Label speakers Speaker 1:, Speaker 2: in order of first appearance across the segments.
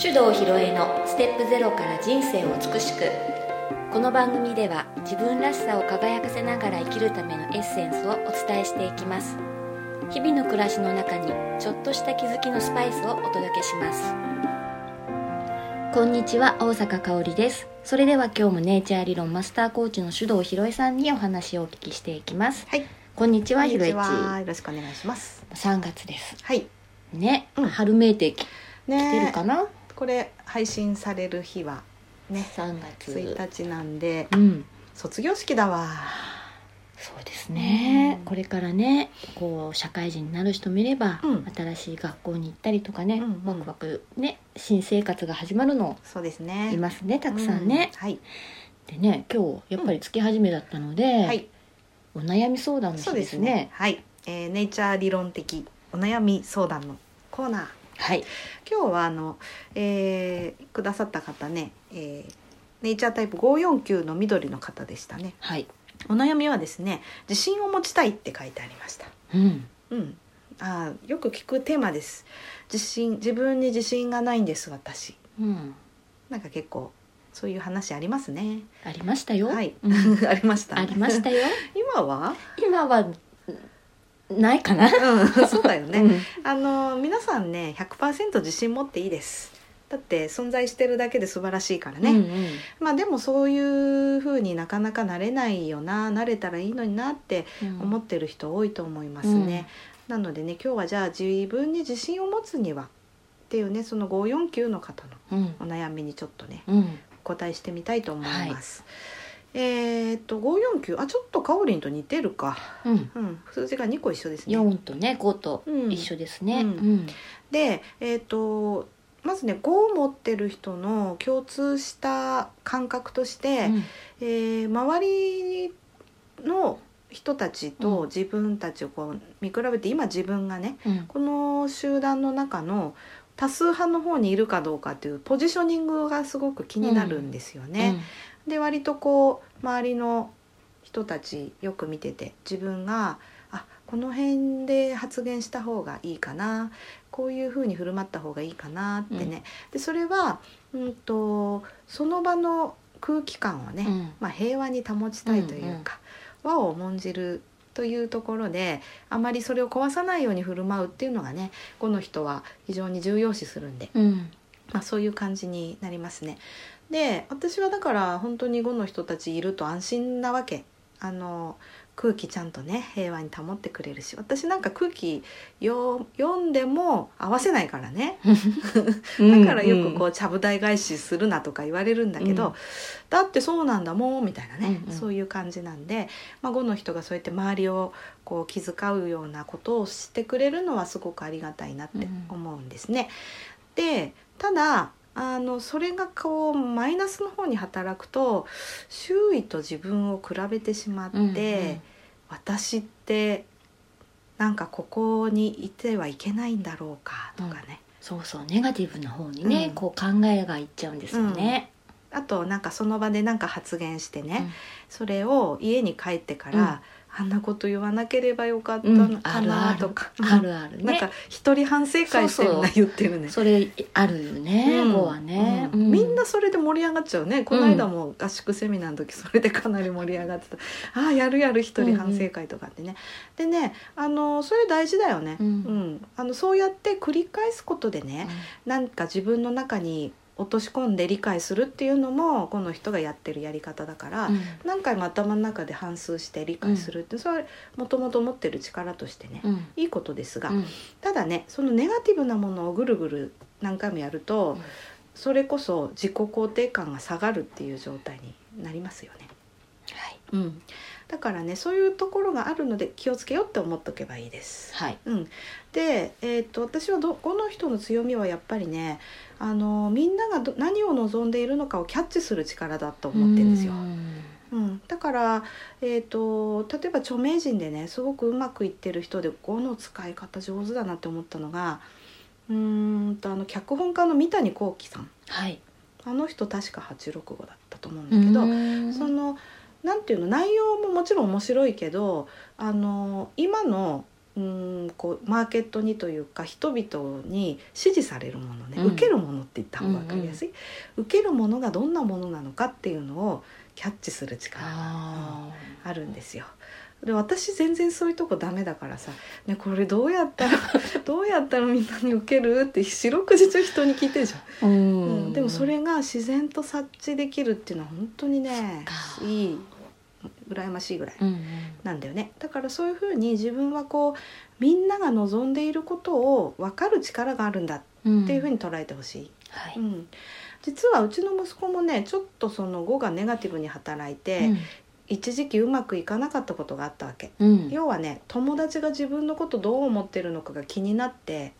Speaker 1: 手動ひろえのステップゼロから人生を美しくこの番組では自分らしさを輝かせながら生きるためのエッセンスをお伝えしていきます日々の暮らしの中にちょっとした気づきのスパイスをお届けしますこんにちは大阪香織ですそれでは今日もネイチャー理論マスターコーチの手動ひろえさんにお話をお聞きしていきます
Speaker 2: はい。
Speaker 1: こんにちはひろえち
Speaker 2: こんにちはよろしくお願いします。
Speaker 1: 3月です
Speaker 2: はい。
Speaker 1: ね、
Speaker 2: うん
Speaker 1: 春めいてき
Speaker 2: ねえ
Speaker 1: てるかな、
Speaker 2: これ配信される日はね
Speaker 1: 3月
Speaker 2: 1日なんで
Speaker 1: うん
Speaker 2: 卒業式だわ。
Speaker 1: そうですね、
Speaker 2: うん
Speaker 1: これからねこう社会人になる人もいれば、
Speaker 2: うん
Speaker 1: 新しい学校に行ったりとかね、
Speaker 2: うんうん
Speaker 1: ワクワクね新生活が始まるの
Speaker 2: そうですね。
Speaker 1: いますねたくさんね
Speaker 2: う、んはい。
Speaker 1: でね今日やっぱり月始めだったので、
Speaker 2: はい。
Speaker 1: お悩み相談の日
Speaker 2: そう
Speaker 1: で
Speaker 2: ですす
Speaker 1: ね
Speaker 2: ね。はい。えーネイチャー理論的お悩み相談のコーナー。
Speaker 1: はい
Speaker 2: 今日はあの、えーくださった方ね、えーネイチャータイプ549の緑の方でしたね。
Speaker 1: はい
Speaker 2: お悩みはですね、自信を持ちたいって書いてありました。
Speaker 1: うん
Speaker 2: うん、あーよく聞くテーマです自信自分に自信がないんです私
Speaker 1: うん
Speaker 2: なんか結構そういう話ありますね
Speaker 1: ありましたよ、
Speaker 2: はい、
Speaker 1: うん
Speaker 2: ありました
Speaker 1: ありましたよ
Speaker 2: 今 は、
Speaker 1: 今はないかな、
Speaker 2: うん、そうだよね、
Speaker 1: うん
Speaker 2: あの皆さんね100%自信持っていいですだって存在してるだけで素晴らしいからね、
Speaker 1: うんうん
Speaker 2: まあでもそういう風になかなかなれないよななれたらいいのになって
Speaker 1: うん
Speaker 2: 思ってる人多いと思いますね、なのでね今日はじゃあ自分に自信を持つにはっていうねその549の方の
Speaker 1: うん
Speaker 2: お悩みにちょっとね
Speaker 1: うん
Speaker 2: お答えしてみたいと思います、えーっと549あちょっとかおりんと似てるか、
Speaker 1: うん
Speaker 2: うん、数字が2個一緒ですね
Speaker 1: 4とね5と
Speaker 2: うん
Speaker 1: 一緒ですね、
Speaker 2: うん
Speaker 1: うん
Speaker 2: でえーっとまずね5を持ってる人の共通した感覚として、
Speaker 1: うん
Speaker 2: えー周りの人たち
Speaker 1: う
Speaker 2: と
Speaker 1: ん
Speaker 2: 自分たちをこう見比べて今自分がね
Speaker 1: うん
Speaker 2: この集団の中の多数派の方にいるかどうかっていうポジショニングがすごく気になるんですよね。で割とこう周りの人たちよく見てて自分があこの辺で発言した方がいいかなこういうふうに振る舞った方がいいかなってね、でそれは、うん、とその場の空気感をね、
Speaker 1: うん
Speaker 2: まあ、平和に保ちたいというか、和を重んじるというところであまりそれを壊さないように振る舞うっていうのがねこの人は非常に重要視するんで、
Speaker 1: うん
Speaker 2: まあ、そういう感じになりますね。で私はだから本当に5の人たちいると安心なわけ。あの空気ちゃんとね平和に保ってくれるし私なんか空気よ読んでも合わせないからねだからよくこ
Speaker 1: う
Speaker 2: うちゃぶ台返しするなとか言われるんだけど、
Speaker 1: うん
Speaker 2: だってそうなんだもんみたいなね、
Speaker 1: うんうん
Speaker 2: そういう感じなんで、まあ、5の人がそうやって周りをこう気遣うようなことをしてくれるのはすごくありがたいなって思うんですね。でただあのそれがこうマイナスの方に働くと周囲と自分を比べてしまって、
Speaker 1: うんうん
Speaker 2: 私ってなんかここにいてはいけないんだろうかとかね、
Speaker 1: そうそうネガティブな方にね、
Speaker 2: うん
Speaker 1: こう考えがいっちゃうんですよね。
Speaker 2: あとなんかその場でなんか発言してね、
Speaker 1: うん
Speaker 2: それを家に帰ってから、あんなこと言わなければよかったのかなとか、
Speaker 1: あるある
Speaker 2: なん
Speaker 1: ね
Speaker 2: か。一人反省会してる
Speaker 1: そう
Speaker 2: な
Speaker 1: そ
Speaker 2: 言ってるね。
Speaker 1: それあるよね。
Speaker 2: うん
Speaker 1: こうはね。
Speaker 2: う
Speaker 1: うん
Speaker 2: んみんなそれで盛り上がっちゃうねこの間も合宿セミナーの時それでかなり盛り上がってた、ああやるやる一人反省会とかってね、でねあのそれ大事だよね、
Speaker 1: うん
Speaker 2: んあのそうやって繰り返すことでね、なんか自分の中に落とし込んで理解するっていうのもこの人がやってるやり方だから、
Speaker 1: うん
Speaker 2: 何回も頭の中で反数して理解するって、それはもともと持ってる力としてね、
Speaker 1: うん
Speaker 2: いいことですが、
Speaker 1: うん
Speaker 2: ただねそのネガティブなものをぐるぐる何回もやると、
Speaker 1: うん
Speaker 2: それこそ自己肯定感が下がるっていう状態になりますよね。
Speaker 1: はい
Speaker 2: うん、だからねそういうところがあるので気をつけようって思っとけばいいです。
Speaker 1: はい。
Speaker 2: うん、で、えー、と私はどこの人の強みはやっぱりねあのみんながど何を望んでいるのかをキャッチする力だと思ってるんですよ
Speaker 1: う。
Speaker 2: うん、だから、えー、と例えば著名人でねすごくうまくいってる人で語の使い方上手だなって思ったのがうーんとあの脚本家の三谷幸喜さん
Speaker 1: はい。
Speaker 2: あの人確か865だったと思うんだけど、
Speaker 1: うん
Speaker 2: そのなんていうの内容ももちろん面白いけどあの今のうんこうマーケットにというか人々に支持されるものね、
Speaker 1: うん
Speaker 2: 受けるものって言った方が分かりやすい、受けるものがどんなものなのかっていうのをキャッチする力が
Speaker 1: あ
Speaker 2: うんあるんですよ。で私全然そういうとこダメだからさ、ね、これどう やったらどうやったらみんなに受けるって四六時中人に聞いてるじゃ
Speaker 1: ーう
Speaker 2: ん。
Speaker 1: ん
Speaker 2: うんでもそれが自然と察知できるっていうのは本当にね
Speaker 1: そっか
Speaker 2: いい羨ましいぐらい
Speaker 1: うんうん
Speaker 2: なんだよねだからそういうふうに自分はこうみんなが望んでいることを分かる力があるんだっ
Speaker 1: うん
Speaker 2: ていうふうに捉えてほしい、
Speaker 1: はい
Speaker 2: うん実はうちの息子もねちょっとその語がネガティブに働いて、一時期うまくいかなかったことがあったわけ、
Speaker 1: うんうん
Speaker 2: 要はね友達が自分のことどう思ってるのかが気になって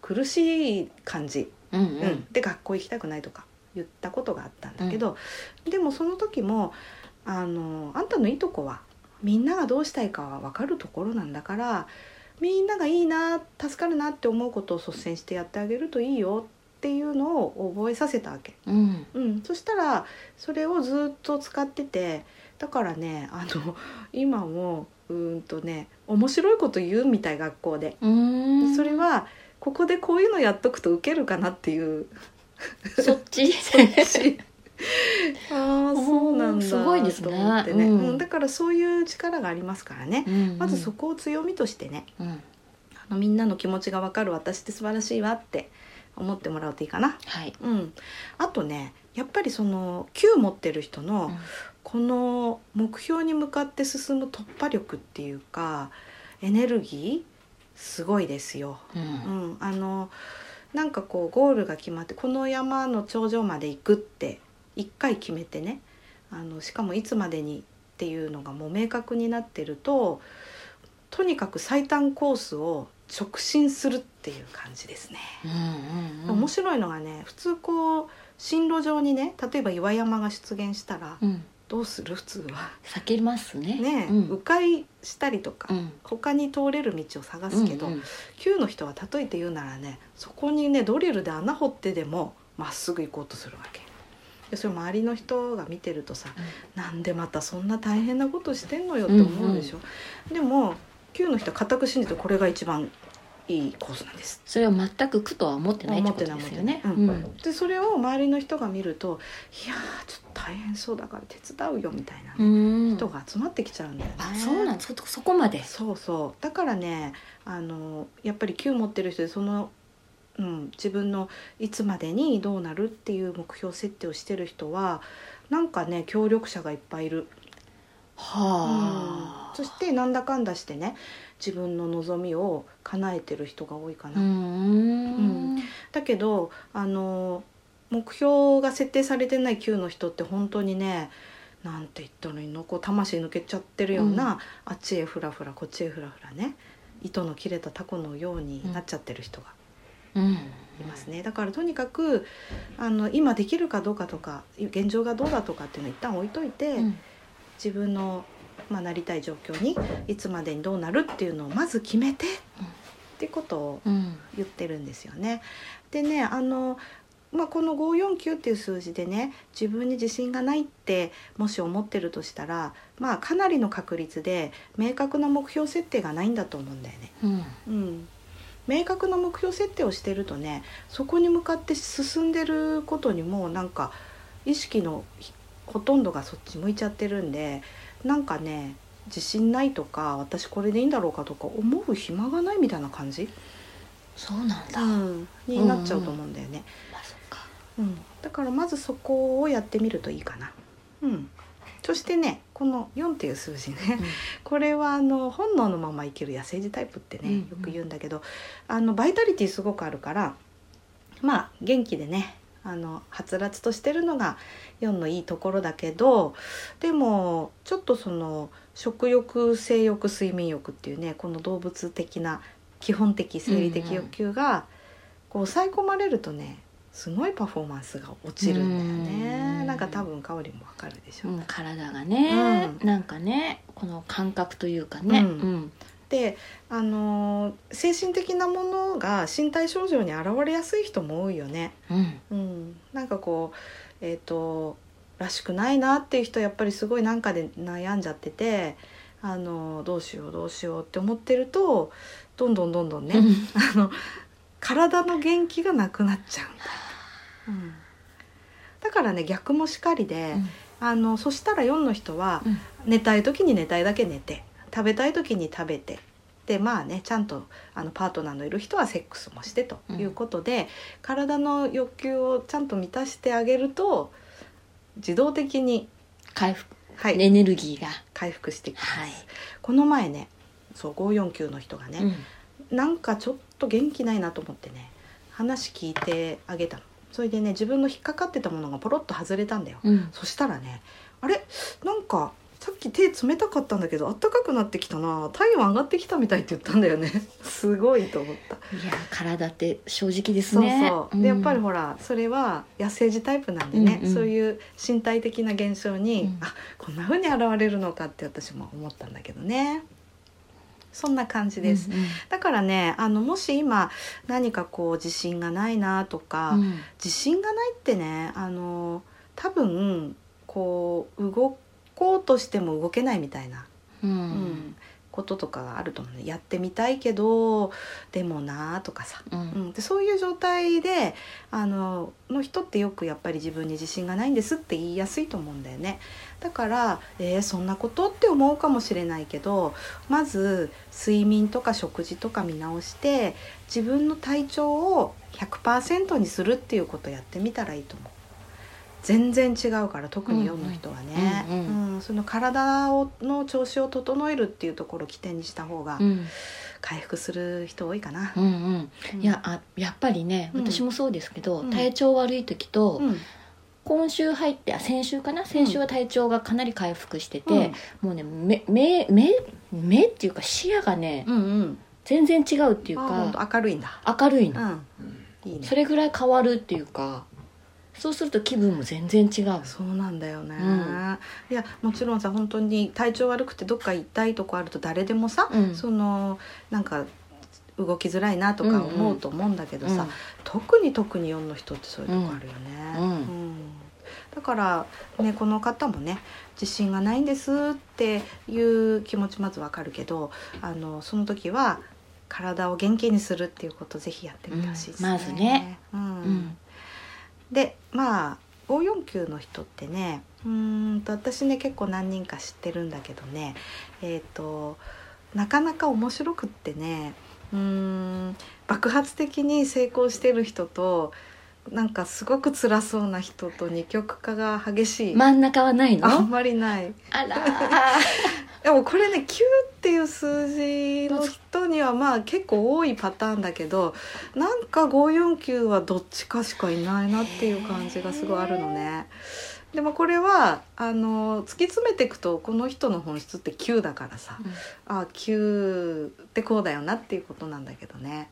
Speaker 2: 苦しい感じ
Speaker 1: うんう
Speaker 2: うん
Speaker 1: ん、
Speaker 2: で学校行きたくないとか言ったことがあったんだけど、でもその時もあの「あんたのいとこはみんながどうしたいかは分かるところなんだからみんながいいな助かるなって思うことを率先してやってあげるといいよ」っていうのを覚えさせたわけ。
Speaker 1: うん
Speaker 2: うん、そしたらそれをずっと使っててだからねあの今もうーんとね面白いこと言うみたい学校で。
Speaker 1: うん
Speaker 2: それはここでこういうのやっとくと受けるかなっていう
Speaker 1: そっち
Speaker 2: ああ
Speaker 1: ー
Speaker 2: そうなんだ
Speaker 1: すごいですね
Speaker 2: と思ってね、
Speaker 1: うん
Speaker 2: うんだからそういう力がありますからね、まずそ
Speaker 1: こ、
Speaker 2: こを強みとしてね
Speaker 1: うん、
Speaker 2: あのみんなの気持ちが分かる私って素晴らしいわって思ってもらうといいかな。
Speaker 1: はい、
Speaker 2: うん、あとねやっぱりその Q 持ってる人の
Speaker 1: うん
Speaker 2: この目標に向かって進む突破力っていうかエネルギーすごいですよ。
Speaker 1: う
Speaker 2: うんん、あのなんかこうゴールが決まってこの山の頂上まで行くって一回決めてねあのしかもいつまでにっていうのがもう明確になってるととにかく最短コースを直進するっていう感じですね。
Speaker 1: うんうん
Speaker 2: 面白いのがね普通こう進路上にね例えば岩山が出現したら
Speaker 1: うん、
Speaker 2: どうする普通は。
Speaker 1: 避けますね
Speaker 2: ね、
Speaker 1: うん
Speaker 2: 迂回したりとか、
Speaker 1: うん
Speaker 2: 他に通れる道を探すけど、
Speaker 1: うんうん
Speaker 2: 旧の人は例えて言うならねそこにねドリルで穴掘ってでもまっすぐ行こうとするわけでそれ周りの人が見てるとさ、なんでまたそんな大変なことしてんのよって思うでしょ、でも旧の人は固く信じてこれが一番いいコースなんです
Speaker 1: それを全く苦とは思ってないってことですよね。
Speaker 2: 思って
Speaker 1: う
Speaker 2: なんいでそれを周りの人が見るといやーちょっと大変そうだから手伝うよみたいな
Speaker 1: う
Speaker 2: ね
Speaker 1: ん
Speaker 2: 人が集まってきちゃうんだよね、
Speaker 1: あ、そうなんそそこまで。
Speaker 2: そうそうだからねあのやっぱり9持ってる人でその、うん、自分のいつまでにどうなるっていう目標設定をしてる人はなんかね協力者がいっぱいいる、うん
Speaker 1: はあ。
Speaker 2: そしてなんだかんだしてね自分の望みを叶えてる人が多いか
Speaker 1: う
Speaker 2: な、
Speaker 1: ん。
Speaker 2: だけどあの目標が設定されてない9の人って本当にねなんて言ったのにのこう魂抜けちゃってるような、あっちへふらふらこっちへふらふらね糸の切れたタコのようになっちゃってる人が
Speaker 1: うん。
Speaker 2: いますね、だからとにかくあの今できるかどうかとか現状がどうだとかっていうのを一旦置いといて、
Speaker 1: うん。
Speaker 2: 自分の、まあ、なりたい状況にいつまでにどうなるっていうのをまず決めて、ってことを
Speaker 1: うん。
Speaker 2: 言ってるんですよね。でねあのまあ、この549っていう数字でね自分に自信がないってもし思ってるとしたら、まあ、かなりの確率で明確な目標設定がないんだと思うんだよね。
Speaker 1: うん。
Speaker 2: うん、明確な目標設定をしてるとねそこに向かって進んでることにもうなんか意識のひほとんどがそっち向いちゃってるんでなんかね自信ないとか私これでいいんだろうかとか思う暇がないみたいな感じ
Speaker 1: そうなんだ。ま
Speaker 2: になっちゃうと思うんだよね、
Speaker 1: あ、そっか。
Speaker 2: うんだからまずそこをやってみるといいかな。うん、そしてねこの4っていう数字ね、これはあの本能のまま生きる野生児タイプってね、
Speaker 1: うん
Speaker 2: よく言うんだけどあのバイタリティすごくあるからまあ元気でねあのはつらつとしてるのが4のいいところだけどでもちょっとその食欲性欲睡眠欲っていうねこの動物的な基本的生理的欲求がこう抑え込まれるとねすごいパフォーマンスが落ちるんだよね、
Speaker 1: うん
Speaker 2: なんか多分香りもわかるでしょ、
Speaker 1: うん、体がね、
Speaker 2: う
Speaker 1: なんかね、この感覚というかね。
Speaker 2: う
Speaker 1: うんん。
Speaker 2: で、あのー精神的なものが身体症状に現れやすい人も多いよね。
Speaker 1: うん。
Speaker 2: うん、なんかこうえっ、とらしくないなっていう人やっぱりすごいなんかで悩んじゃってて、あのーどうしようどうしようって思ってるとどんどんどんどんね、
Speaker 1: うん
Speaker 2: あの体の元気がなくなっちゃうんだと、うんだからね逆もしかりで、あのそしたら4の人は
Speaker 1: うん
Speaker 2: 寝たい時に寝たいだけ寝て食べたい時に食べてでまあねちゃんとあのパートナーのいる人はセックスもしてということで、体の欲求をちゃんと満たしてあげると自動的に、
Speaker 1: 回復
Speaker 2: はい
Speaker 1: エネルギーが、
Speaker 2: 回復してきます、
Speaker 1: はい
Speaker 2: この前ねそう549の人がね、なんかちょっと元気ないなと思ってね話聞いてあげたのそれでね自分の引っかかってたものがポロッと外れたんだよ、
Speaker 1: うん
Speaker 2: そしたらねあれなんかさっき手冷たかったんだけどあったかくなってきたな体温上がってきたみたいって言ったんだよね すごいと思った
Speaker 1: いや体って正直です
Speaker 2: そう
Speaker 1: ね
Speaker 2: そう、でやっぱり
Speaker 1: うん
Speaker 2: ほらそれは野生児タイプなんでね、
Speaker 1: うんうん
Speaker 2: そういう身体的な現象に、
Speaker 1: うん
Speaker 2: あこんな風に現れるのかって私も思ったんだけどねそんな感じです、
Speaker 1: うんうん
Speaker 2: だからねあのもし今何かこう自信がないなとか、
Speaker 1: うん
Speaker 2: 自信がないってねあの多分こう動こうとしても動けないみたいな、
Speaker 1: う
Speaker 2: うん
Speaker 1: ん
Speaker 2: こととかがあると思うねやってみたいけどでもなとかさ、
Speaker 1: う
Speaker 2: うんん、でそういう状態であのの人ってよくやっぱり自分に自信がないんですって言いやすいと思うんだよねだから、えーそんなことって思うかもしれないけどまず睡眠とか食事とか見直して自分の体調を100%にするっていうことやってみたらいいと思う全然違うから特に4の人はね、
Speaker 1: うんうんう
Speaker 2: うんその体をの調子を整えるっていうところを起点にした方が
Speaker 1: うん
Speaker 2: 回復する人多いかな、
Speaker 1: うん
Speaker 2: う
Speaker 1: うんんいやあやっぱりね
Speaker 2: うん
Speaker 1: 私もそうですけど、
Speaker 2: うん
Speaker 1: 体調悪い時と、
Speaker 2: うん
Speaker 1: 今週入ってあ先週かな先週は体調がかなり回復してて、もうね目目目目っていうか視野がね、
Speaker 2: うんうん
Speaker 1: 全然違うっていう
Speaker 2: あほん
Speaker 1: か
Speaker 2: と明るいんだ
Speaker 1: 明るいうの、
Speaker 2: んいいね
Speaker 1: それぐらい変わるっていうかそうすると気分も全然違う
Speaker 2: そうなんだよね、
Speaker 1: うん
Speaker 2: いやもちろんさ本当に体調悪くてどっか痛いとこあると誰でもさ、
Speaker 1: うん
Speaker 2: そのなんか動きづらいなとか思うと思うんだけどさ、
Speaker 1: さ、
Speaker 2: 特に特に4の人ってそういうとこあるよね、
Speaker 1: うん
Speaker 2: うんだから、ね、この方もね自信がないんですっていう気持ちまずわかるけどあのその時は体を元気にするっていうことをぜひやってみてほしいですね。
Speaker 1: うんまずね
Speaker 2: うん
Speaker 1: うんうん
Speaker 2: でまあ549の人ってねうーんと私ね結構何人か知ってるんだけどねえっ、となかなか面白くってねうーん爆発的に成功してる人となんかすごく辛そうな人と二極化が激しい、
Speaker 1: 真ん中はないの
Speaker 2: あんまりない
Speaker 1: あら
Speaker 2: でもこれね9っていう数字の人にはまあ結構多いパターンだけどなんか549はどっちかしかいないなっていう感じがすごいあるのね。でもこれはあの突き詰めていくとこの人の本質って9だからさあ9ってこうだよなっていうことなんだけどね。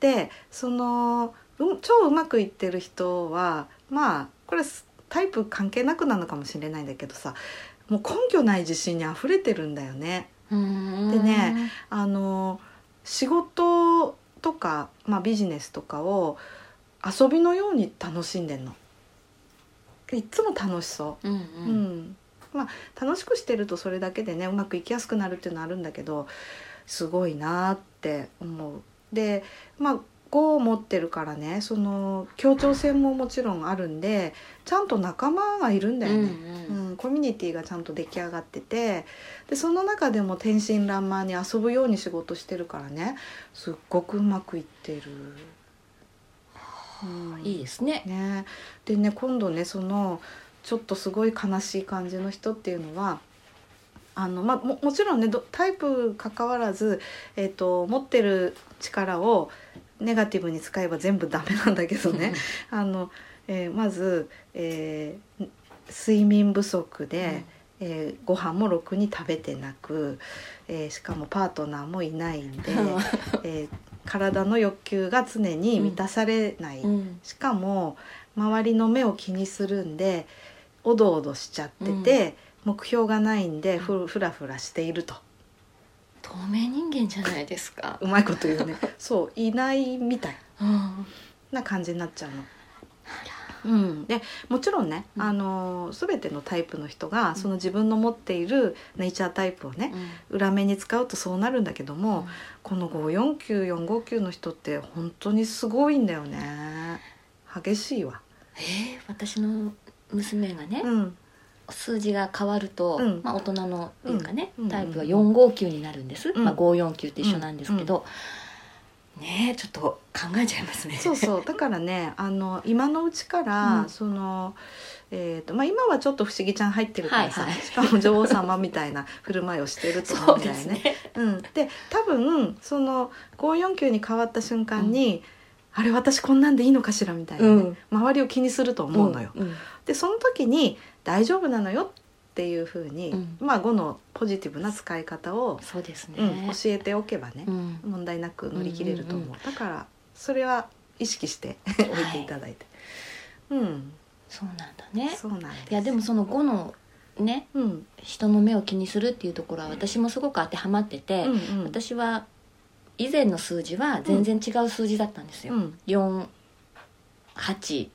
Speaker 2: でそのうん超うまくいってる人はまあこれすタイプ関係なくなのかもしれないんだけどさもう根拠ない自信にあふれてるんだよね。
Speaker 1: うん
Speaker 2: でねあの仕事とか、まあ、ビジネスとかを遊びのように楽しんでんの。いっつも楽しそう。
Speaker 1: うんう
Speaker 2: うんんまあ、楽しくしてるとそれだけでねうまくいきやすくなるっていうのはあるんだけどすごいなって思う。でまあ5を持ってるからねその協調性ももちろんあるんでちゃんと仲間がいるんだよね、
Speaker 1: うんうん
Speaker 2: うん、コミュニティがちゃんと出来上がっててでその中でも天真爛漫に遊ぶように仕事してるからねすっごくうまくいってる。うん
Speaker 1: いいですね
Speaker 2: ね、でね今度ねそのちょっとすごい悲しい感じの人っていうのはあの、まあ、ももちろんねどタイプ関わらず、えっと持ってる力をネガティブに使えば全部ダメなんだけどねあの、えーまず、えー睡眠不足で、えーご飯もろくに食べてなく、えーしかもパートナーもいないんで、えー体の欲求が常に満たされない。
Speaker 1: うん
Speaker 2: しかも周りの目を気にするんでおどおどしちゃってて、目標がないんでふふらふらしていると
Speaker 1: 透明人間じゃないですか
Speaker 2: うまいこと言うねそういないみたい
Speaker 1: うん
Speaker 2: な感じになっちゃうの。うん、でもちろんね、
Speaker 1: うん
Speaker 2: あの全てのタイプの人がその自分の持っているネイチャータイプをね、裏面に使うとそうなるんだけども、この549459の人って本当にすごいんだよね激しいわ。
Speaker 1: えー私の娘がね、
Speaker 2: うん、
Speaker 1: 数字が変わると、
Speaker 2: うん
Speaker 1: まあ、大人のっていうかね、
Speaker 2: うん
Speaker 1: タイプは459になるんです、
Speaker 2: うん
Speaker 1: まあ、549って一緒なんですけど、ねえちょっと考えちゃいますね
Speaker 2: そうそうだからねあの今のうちから、
Speaker 1: うん
Speaker 2: その、えーとまあ、今はちょっと不思議ちゃん入ってるからさ、
Speaker 1: はいはい
Speaker 2: しかも女王様みたいな振る舞いをしてると思
Speaker 1: そ
Speaker 2: う
Speaker 1: う
Speaker 2: んだ
Speaker 1: で
Speaker 2: よ
Speaker 1: す
Speaker 2: ね。
Speaker 1: ね
Speaker 2: うん、で多分その549に変わった瞬間に、あれ私こんなんでいいのかしらみたいなね、
Speaker 1: うん
Speaker 2: 周りを気にすると思うのよ。
Speaker 1: うん
Speaker 2: でその時に「大丈夫なのよ」っていうふうに、
Speaker 1: うん
Speaker 2: まあ5のポジティブな使い方を、
Speaker 1: そうですね、
Speaker 2: うん教えておけばね
Speaker 1: う、ん
Speaker 2: 問題なく乗り切れると思う、
Speaker 1: うんうん
Speaker 2: だからそれは意識して置いていただいて、うん
Speaker 1: そうなんだね
Speaker 2: そうなんです
Speaker 1: いやでもその5のね
Speaker 2: うん
Speaker 1: 人の目を気にするっていうところは私もすごく当てはまってて、
Speaker 2: うんうん
Speaker 1: 私は以前の数字は全然違う数字だったんですよ、
Speaker 2: うん
Speaker 1: 4848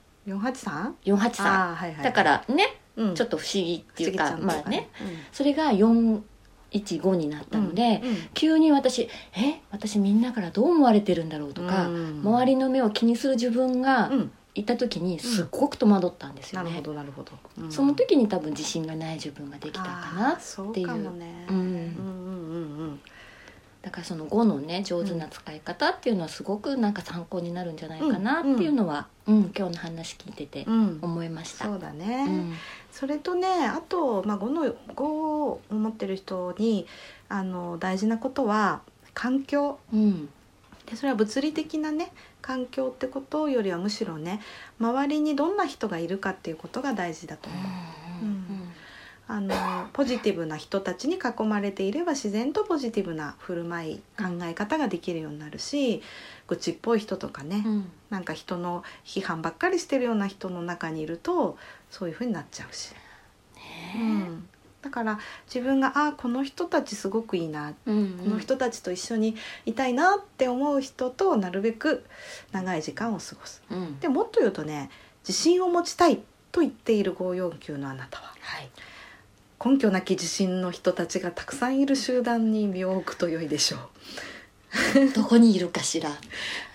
Speaker 2: 483
Speaker 1: さ
Speaker 2: あーはいはい
Speaker 1: だからね、
Speaker 2: うん
Speaker 1: ちょっと不思議っていうか
Speaker 2: 不思議ちゃ
Speaker 1: ま
Speaker 2: んと
Speaker 1: あ
Speaker 2: か
Speaker 1: ねそれが415になったので、
Speaker 2: うんうん
Speaker 1: 急に私「え私みんなからどう思われてるんだろう」とか、
Speaker 2: うん
Speaker 1: 周りの目を気にする自分が
Speaker 2: うん
Speaker 1: いた時にすっごく戸惑ったんですよね、
Speaker 2: なるほどなるほど、うん
Speaker 1: その時に多分自信がない自分ができたかな
Speaker 2: あーそうかもね
Speaker 1: う
Speaker 2: うんんうんうんうん
Speaker 1: だからその5のね上手な使い方っていうのはすごくなんか参考になるんじゃないかなっていうのは、うん今日の話聞いてて
Speaker 2: うん
Speaker 1: 思いました。
Speaker 2: そうだね、
Speaker 1: うん
Speaker 2: それとねあと、まあ、5の5を持ってる人にあの大事なことは環境
Speaker 1: うん
Speaker 2: でそれは物理的なね環境ってことよりはむしろね周りにどんな人がいるかっていうことが大事だと思う。
Speaker 1: うん
Speaker 2: あのポジティブな人たちに囲まれていれば自然とポジティブな振る舞い考え方ができるようになるし愚痴っぽい人とかね、
Speaker 1: うん
Speaker 2: なんか人の批判ばっかりしてるような人の中にいるとそういうふうになっちゃうし、うん、だから自分がああこの人たちすごくいいな
Speaker 1: うん
Speaker 2: この人たちと一緒にいたいなって思う人となるべく長い時間を過ごす
Speaker 1: うん
Speaker 2: でもっと言うとね自信を持ちたいと言っている549のあなたは
Speaker 1: はい
Speaker 2: 根拠なき自信の人たちがたくさんいる集団に身を置くと良いでしょう
Speaker 1: どこにいるかしら。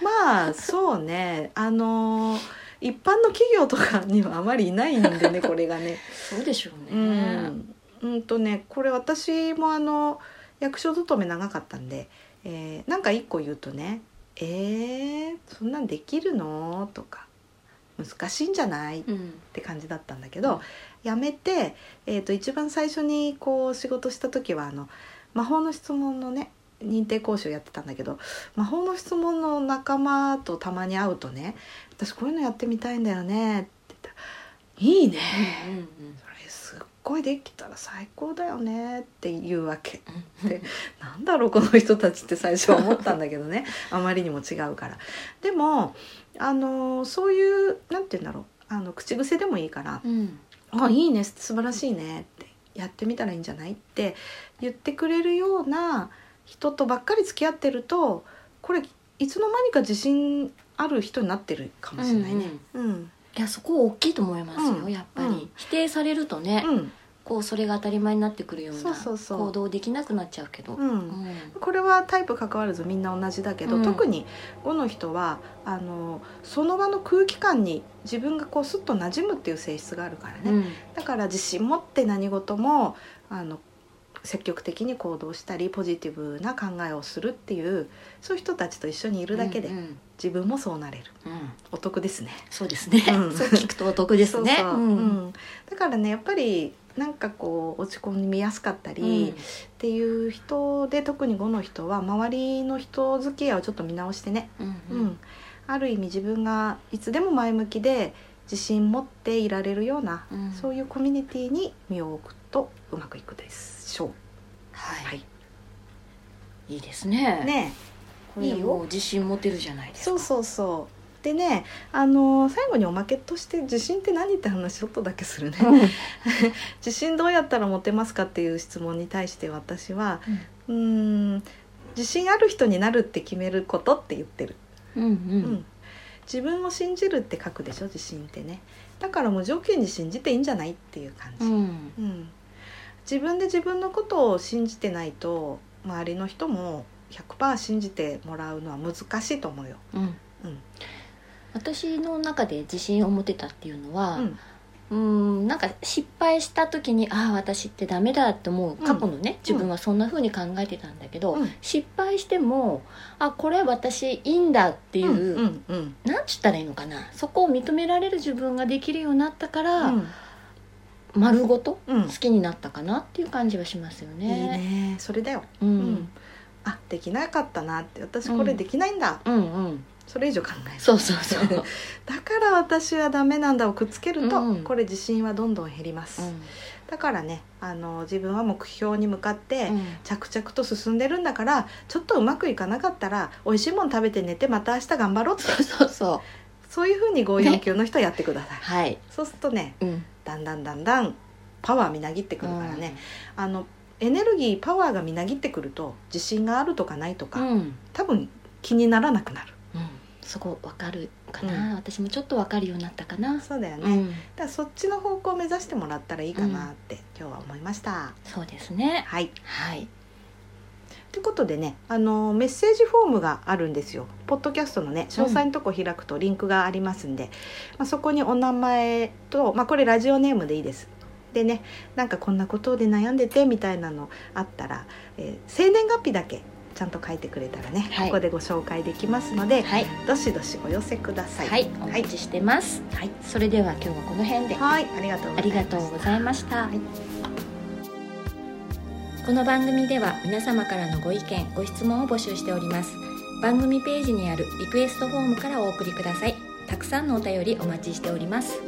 Speaker 2: まあそうねあのー一般の企業とかにはあまりいないんでねこれがね。
Speaker 1: そうでしょう
Speaker 2: う
Speaker 1: ね。
Speaker 2: ん、うんとねこれ私もあの役所勤め長かったんで、えーなんか一個言うとね「えー、そんなんできるの?」とか「難しいんじゃない?」っ
Speaker 1: うん
Speaker 2: て感じだったんだけど辞めて、えー、と一番最初にこう仕事した時はあの魔法の質問のね認定講師をやってたんだけど魔法の質問の仲間とたまに会うとね「私こういうのやってみたいんだよね」って言ったら「いいね」
Speaker 1: うんうん
Speaker 2: それすっごいできたら最高だよねっていうわけでなんだろうこの人たちって最初は思ったんだけどねあまりにも違うからでもあのそういうなんて言うんだろうあの口癖でもいいから
Speaker 1: うん
Speaker 2: 「あいいね素晴らしいね」って「やってみたらいいんじゃない?」って言ってくれるような人とばっかり付き合ってるとこれいつの間にか自信ある人になってるかもしれないね。うん、
Speaker 1: いやそこ大きいと思います
Speaker 2: う
Speaker 1: よ
Speaker 2: ん
Speaker 1: やっぱり、
Speaker 2: うん
Speaker 1: 否定されるとね、
Speaker 2: うん
Speaker 1: こうそれが当たり前になってくるよう
Speaker 2: そう
Speaker 1: な
Speaker 2: そうそう
Speaker 1: 行動できなくなっちゃうけど
Speaker 2: う
Speaker 1: うんん
Speaker 2: これはタイプ関わらずみんな同じだけど、
Speaker 1: うん
Speaker 2: 特に5の人はあのその場の空気感に自分がこうスッと馴染むっていう性質があるからね、
Speaker 1: うん
Speaker 2: だから自信持って何事もあの積極的に行動したりポジティブな考えをするっていうそういう人たちと一緒にいるだけで
Speaker 1: うんうん
Speaker 2: 自分もそうなれる
Speaker 1: うん
Speaker 2: お得ですね。
Speaker 1: そうですね、
Speaker 2: う ん
Speaker 1: そう聞くとお得ですね
Speaker 2: そうそ
Speaker 1: う
Speaker 2: う
Speaker 1: ん
Speaker 2: うんだからねやっぱりなんかこう落ち込みやすかったり、
Speaker 1: うん
Speaker 2: っていう人で特に5の人は周りの人付き合いをちょっと見直してね、
Speaker 1: うん
Speaker 2: うんある意味自分がいつでも前向きで自信持っていられるような、
Speaker 1: うん
Speaker 2: そういうコミュニティに身を置くとうまくいくでしょう。
Speaker 1: はい、
Speaker 2: はい
Speaker 1: いいですね
Speaker 2: ねえ
Speaker 1: これ
Speaker 2: いいよ
Speaker 1: もう自信持てるじゃないですか
Speaker 2: そうそうそうでねあの最後におまけとして自信って何って話ちょっとだけするね。
Speaker 1: うん
Speaker 2: 自信どうやったら持てますかっていう質問に対して私はうーん自信ある人になるって決めることって言ってる。
Speaker 1: うんう
Speaker 2: うんん自分を信じるって書くでしょ自信ってねだからもう条件に信じていいんじゃないっていう感じ、
Speaker 1: ん
Speaker 2: うん自分で自分のことを信じてないと周りの人も100%信じてもらうのは難しいと思うよ。
Speaker 1: うん
Speaker 2: うん
Speaker 1: 私の中で自信を持てたっていうのは、
Speaker 2: うん
Speaker 1: うーんなんか失敗した時にああ私ってダメだって思う過去のね、自分はそんな風に考えてたんだけど、
Speaker 2: うん
Speaker 1: 失敗してもあこれ私いいんだっていう、
Speaker 2: うんうん
Speaker 1: なんつったらいいのかなそこを認められる自分ができるようになったから、
Speaker 2: うん
Speaker 1: 丸ごと
Speaker 2: うん
Speaker 1: 好きになったかなっていう感じはしますよ
Speaker 2: いい
Speaker 1: ね。
Speaker 2: ねそれだよ。
Speaker 1: う、
Speaker 2: うんあできなかったなって私これできないんだ、
Speaker 1: うん、うん
Speaker 2: それ以上考える
Speaker 1: そうそうそう、
Speaker 2: だから私はダメなんだをくっつけると、
Speaker 1: うん
Speaker 2: これ自信はどんどん減ります、だからねあの自分は目標に向かって、
Speaker 1: うん
Speaker 2: 着々と進んでるんだからちょっとうまくいかなかったら美味しいもの食べて寝てまた明日頑張ろうって
Speaker 1: そうそうそう
Speaker 2: そういうふうに549の人はやってください、
Speaker 1: はい、
Speaker 2: そうするとね
Speaker 1: うん、
Speaker 2: だんだんだんだんパワーみなぎってくるからね、あのエネルギーパワーがみなぎってくると自信があるとかないと
Speaker 1: う
Speaker 2: か、
Speaker 1: ん、うん
Speaker 2: 多分気にならなくなる
Speaker 1: うん、そこわかるかな、私もちょっとわかるようになったかな、
Speaker 2: そうだよね、
Speaker 1: うん、
Speaker 2: だからそっちの方向を目指してもらったらいいかなって今日は思いました、
Speaker 1: そうですね
Speaker 2: はい
Speaker 1: はい
Speaker 2: ということでねあのメッセージフォームがあるんですよポッドキャストのね詳細のとこ開くとリンクがありますんで、まあ、そこにお名前と、まあ、これラジオネームでいいですでねなんかこんなことで悩んでてみたいなのあったら、えー生年月日だけちゃんと書いてくれたらね、
Speaker 1: はい
Speaker 2: ここでご紹介できますので
Speaker 1: はい
Speaker 2: どしどしお寄せください
Speaker 1: はい、お
Speaker 2: はい
Speaker 1: 待ちしてます、
Speaker 2: はい
Speaker 1: それでは今日はこの辺で
Speaker 2: はいありがとうご
Speaker 1: あ
Speaker 2: ざい
Speaker 1: り
Speaker 2: ま
Speaker 1: が
Speaker 2: した
Speaker 1: とうございました、
Speaker 2: はい
Speaker 1: この番組では皆様からのご意見ご質問を募集しております番組ページにあるリクエストフォームからお送りくださいたくさんのお便りお待ちしております